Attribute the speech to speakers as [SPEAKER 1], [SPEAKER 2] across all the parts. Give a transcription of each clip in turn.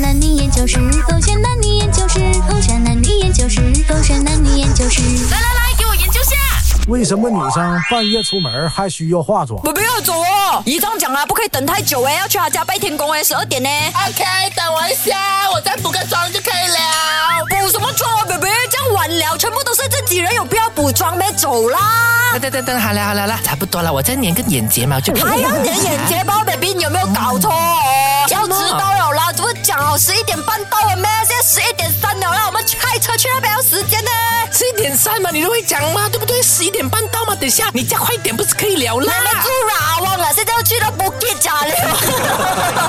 [SPEAKER 1] 男女研究室，狗选男女研究室，狗选男女研究室，狗选男女研究室。
[SPEAKER 2] 来来来，给我研究下。
[SPEAKER 3] 为什么女生半夜出门还需要化妆？
[SPEAKER 2] 我不要走哦！姨丈讲啊，不可以等太久哎，要去他家拜天公哎，十二点呢。
[SPEAKER 4] OK，等我一下，我再补个妆就可以了。
[SPEAKER 2] 补什么妆 啊，baby？这样晚了，全部都是自己人，有必要补妆没？走啦！
[SPEAKER 5] 等等等等，好了好了好了，差不多了，我再粘个眼睫毛就可以 了。
[SPEAKER 2] 还要粘眼睫毛，baby？你有没有搞错哦？要迟到了啦，这不是讲好十一点半到了咩？现在十一点三了啦，我们开车去那边要时间呢。
[SPEAKER 5] 十一点三嘛，你都会讲嘛，对不对？十一点半到嘛，等一下你再快一点不是可以聊啦
[SPEAKER 2] 那？边住哪啊忘了，现在要去到不给家 了，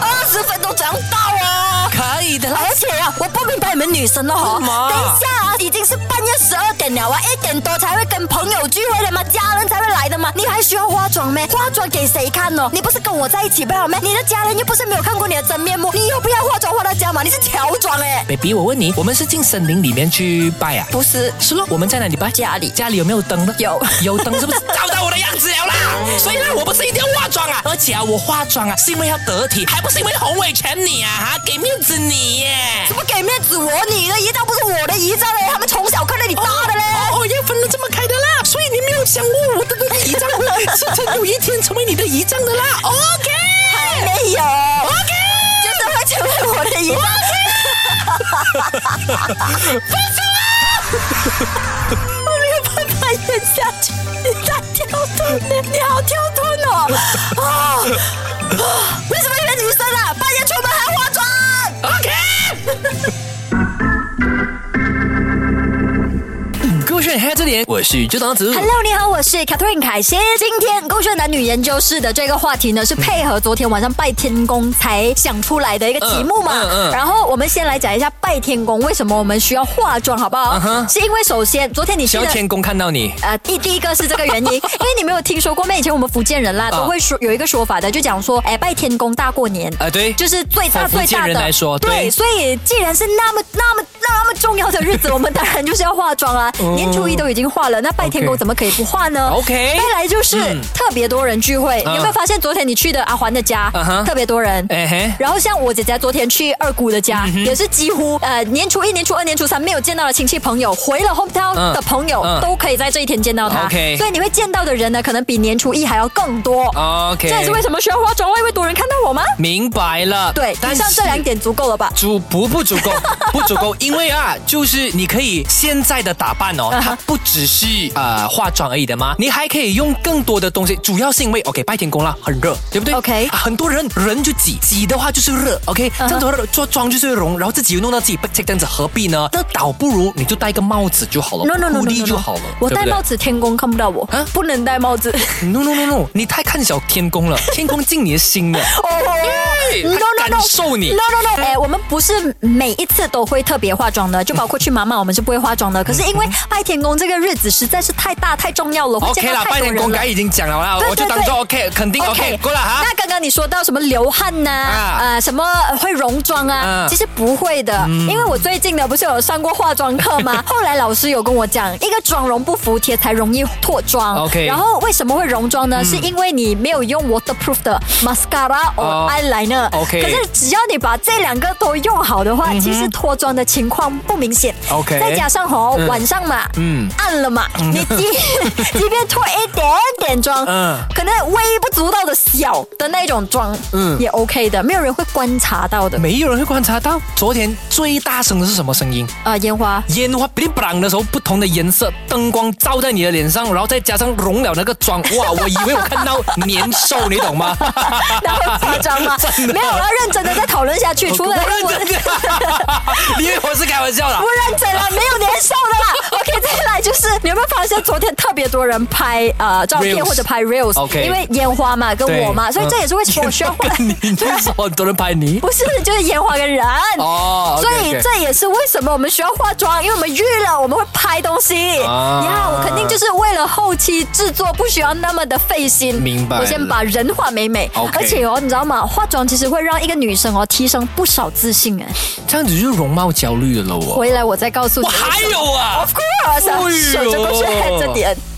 [SPEAKER 2] 二十分钟怎样到啊？
[SPEAKER 5] 可以的啦。
[SPEAKER 2] 而且啊，我不明白你们女生哦，
[SPEAKER 5] 为什么
[SPEAKER 2] 等一下啊，已经是半夜十二点了啊，一点多才会跟朋友聚会的嘛，家人才会来的嘛，你还需要化妆咩？化妆给谁看哦？你不是跟我在一起不好咩？你的家人又不是没有看过你的真面目，你又不要化妆化到家嘛？你是乔装哎、
[SPEAKER 5] baby，我问你，我们是进森林里面去拜啊？
[SPEAKER 2] 不是
[SPEAKER 5] 是咯，我们在哪里拜？
[SPEAKER 2] 家里
[SPEAKER 5] 家里有没有灯呢？
[SPEAKER 2] 有
[SPEAKER 5] 有灯 是不是照到我的样子 了啦？所以呢，我不是一定要化妆啊，而且啊，我化妆啊是因为要得体，还不是因为洪伟全你啊哈，给面子你耶。
[SPEAKER 2] 怎么给面子我你的姨丈不是我的姨丈嘞？他们从小看着你大的嘞。
[SPEAKER 5] 哦哦，要分的这么开的啦，所以你没有想过我的那个遗仗会 是真有一天成为你的遗仗的啦。OK，
[SPEAKER 2] 还没有。OK，就是会成为我的一半。分手啊！我没有办法演下去，你太跳脱了，你好跳脱哦！ 啊啊！为什么你们女生啊，半夜出门还化妆？OK。
[SPEAKER 5] 各位选黑这里，我是周长子。
[SPEAKER 2] Hello，你嗯好，我是 Catherine 凯欣。今天勾选男女研究室的这个话题呢，是配合昨天晚上拜天公才想出来的一个题目嘛。
[SPEAKER 5] 嗯嗯嗯
[SPEAKER 2] 然后我们先来讲一下拜天公为什么我们需要化妆，好不好
[SPEAKER 5] 嗯哼
[SPEAKER 2] 是因为首先昨天你去
[SPEAKER 5] 小
[SPEAKER 2] 的。
[SPEAKER 5] 天公看到你，
[SPEAKER 2] 呃，第第一个是这个原因，因为你没有听说过咩？以前我们福建人啦，都
[SPEAKER 5] 啊
[SPEAKER 2] 会说有一个说法的，就讲说，哎，拜天公大过年，
[SPEAKER 5] 啊对
[SPEAKER 2] 就是最大
[SPEAKER 5] 从福
[SPEAKER 2] 最
[SPEAKER 5] 建
[SPEAKER 2] 大的。
[SPEAKER 5] 人来说对
[SPEAKER 2] 所以既然是那么那么那么重要的日子，我们当然就是要化妆 啦。年初一都已经化了，那拜天公
[SPEAKER 5] 嗯 OK
[SPEAKER 2] 怎么可以不化呢
[SPEAKER 5] OK
[SPEAKER 2] 再来就是
[SPEAKER 5] 嗯
[SPEAKER 2] 特别多人聚会，
[SPEAKER 5] 嗯
[SPEAKER 2] 有没有发现昨天你去的阿环的家
[SPEAKER 5] 嗯哼
[SPEAKER 2] 特别多人？
[SPEAKER 5] 哎嗯嘿。
[SPEAKER 2] 然后像我姐姐昨天去二姑的家，也是几乎呃年初一、年初二、年初三没有见到的亲戚朋友，回了 hometown
[SPEAKER 5] 嗯
[SPEAKER 2] 的朋友、
[SPEAKER 5] 嗯
[SPEAKER 2] 都可以在这一天见到他。
[SPEAKER 5] OK
[SPEAKER 2] 所以你会见到的人呢，可能比年初一还要更多。
[SPEAKER 5] OK，
[SPEAKER 2] 这也是为什么需要化妆，因为多人看到我吗？
[SPEAKER 5] 明白了。
[SPEAKER 2] 对，以上这两点足够了吧？
[SPEAKER 5] 足不 不足够，不足够，因为啊，就是你可以现在的打扮
[SPEAKER 2] 嗯
[SPEAKER 5] 哦，它不只是呃化妆而已的嘛，你还可以用更多的东西，主要是因为 OK 拜天公啦，很热，对不对
[SPEAKER 2] OK 嗯
[SPEAKER 5] 啊很多人人就挤，挤的话就是热，OK，这样子热做妆就是融，然后自己又弄到自己 b 这样子，何必呢？那倒不如你就戴个帽子就好了
[SPEAKER 2] No no no no,
[SPEAKER 5] 护
[SPEAKER 2] no,
[SPEAKER 5] 笠
[SPEAKER 2] no.
[SPEAKER 5] 哦就好了，
[SPEAKER 2] 我戴
[SPEAKER 5] 对不对
[SPEAKER 2] 帽子，天公看不到我
[SPEAKER 5] 啊，哦
[SPEAKER 2] 不能戴帽子。
[SPEAKER 5] No no no no，你太看小天公了，天公进你的心 了。
[SPEAKER 2] 哦
[SPEAKER 5] 耶他感受你
[SPEAKER 2] No no no，哎，我们不是每一次都会特别化妆的，就包括去妈妈，我们是不会化妆的。可是因为拜天公这个日子实在是太大太重要了，会
[SPEAKER 5] OK
[SPEAKER 2] 见到
[SPEAKER 5] 啦，
[SPEAKER 2] 太
[SPEAKER 5] 拜
[SPEAKER 2] 多
[SPEAKER 5] 天公
[SPEAKER 2] 人了
[SPEAKER 5] 该。已经讲了啦，
[SPEAKER 2] 对
[SPEAKER 5] 我就
[SPEAKER 2] 对
[SPEAKER 5] 当做
[SPEAKER 2] 对
[SPEAKER 5] OK，肯定 OK，过了哈。
[SPEAKER 2] 那刚刚你说到什么流汗呐、
[SPEAKER 5] 啊
[SPEAKER 2] 呃，什么会溶妆啊？
[SPEAKER 5] 嗯
[SPEAKER 2] 其实不会的，因为我最近呢不是有上过化妆课 吗？后来老师有跟我讲，一个妆容不服帖才容易脱妆。
[SPEAKER 5] OK 嗯
[SPEAKER 2] 然后为什么会溶妆呢？是因为你没有用 waterproof 的 mascara
[SPEAKER 5] 哦
[SPEAKER 2] or eyeliner。
[SPEAKER 5] OK 嗯
[SPEAKER 2] 可是只要你把这两个都用好的话，其实脱妆的情况不明显。
[SPEAKER 5] OK
[SPEAKER 2] 再加上哦，
[SPEAKER 5] 嗯
[SPEAKER 2] 晚上嘛，
[SPEAKER 5] 嗯
[SPEAKER 2] 暗了嘛，你即 即便脱一点点妆，
[SPEAKER 5] 嗯
[SPEAKER 2] 可能微不足道的小的那种妆，嗯，也 OK 的，没有人会观察到的。
[SPEAKER 5] 没有人会观察到，昨天最大声的是什么声音？
[SPEAKER 2] 啊，烟 花，
[SPEAKER 5] 烟花 b l 的时候，不同的颜色灯光照在你的脸上，然后再加上融了那个妆， 哇！我以为我看到年兽，你懂吗？
[SPEAKER 2] 那会夸张吗？
[SPEAKER 5] 真的哦
[SPEAKER 2] 没有，我要认真的再讨论下去。 除
[SPEAKER 5] 我
[SPEAKER 2] 了
[SPEAKER 5] 认
[SPEAKER 2] 我
[SPEAKER 5] 真的， 因为我是开玩笑啊的
[SPEAKER 2] 不。认真了，没有年兽的啦。OK，再来就是，你有没有发现昨天特别多人拍呃照片
[SPEAKER 5] Reels
[SPEAKER 2] 或者拍 reels？、
[SPEAKER 5] OK
[SPEAKER 2] 因为烟花嘛，跟
[SPEAKER 5] 对嗯
[SPEAKER 2] 我嘛，所以这也是为什么我需要 换。
[SPEAKER 5] 你你说很多人拍你
[SPEAKER 2] 不是，就是烟花跟人。
[SPEAKER 5] 哦，OK，OK
[SPEAKER 2] 所以这也是为什么我们需要化妆，因为我们预了我们会拍东西。
[SPEAKER 5] 啊
[SPEAKER 2] 呀，我肯定就是为了后期制作不需要那么的费心。
[SPEAKER 5] 明白
[SPEAKER 2] 我先把人画美美。
[SPEAKER 5] OK
[SPEAKER 2] 而且哦，你知道吗？化妆其实会让一个女生哦提升不少自信哎。
[SPEAKER 5] 这样子就容貌焦虑了哦。
[SPEAKER 2] 回来我再告诉你
[SPEAKER 5] 我
[SPEAKER 2] 为什么。
[SPEAKER 5] 还有啊
[SPEAKER 2] Of course，
[SPEAKER 5] 哎呦
[SPEAKER 2] 手就过去看这点。啊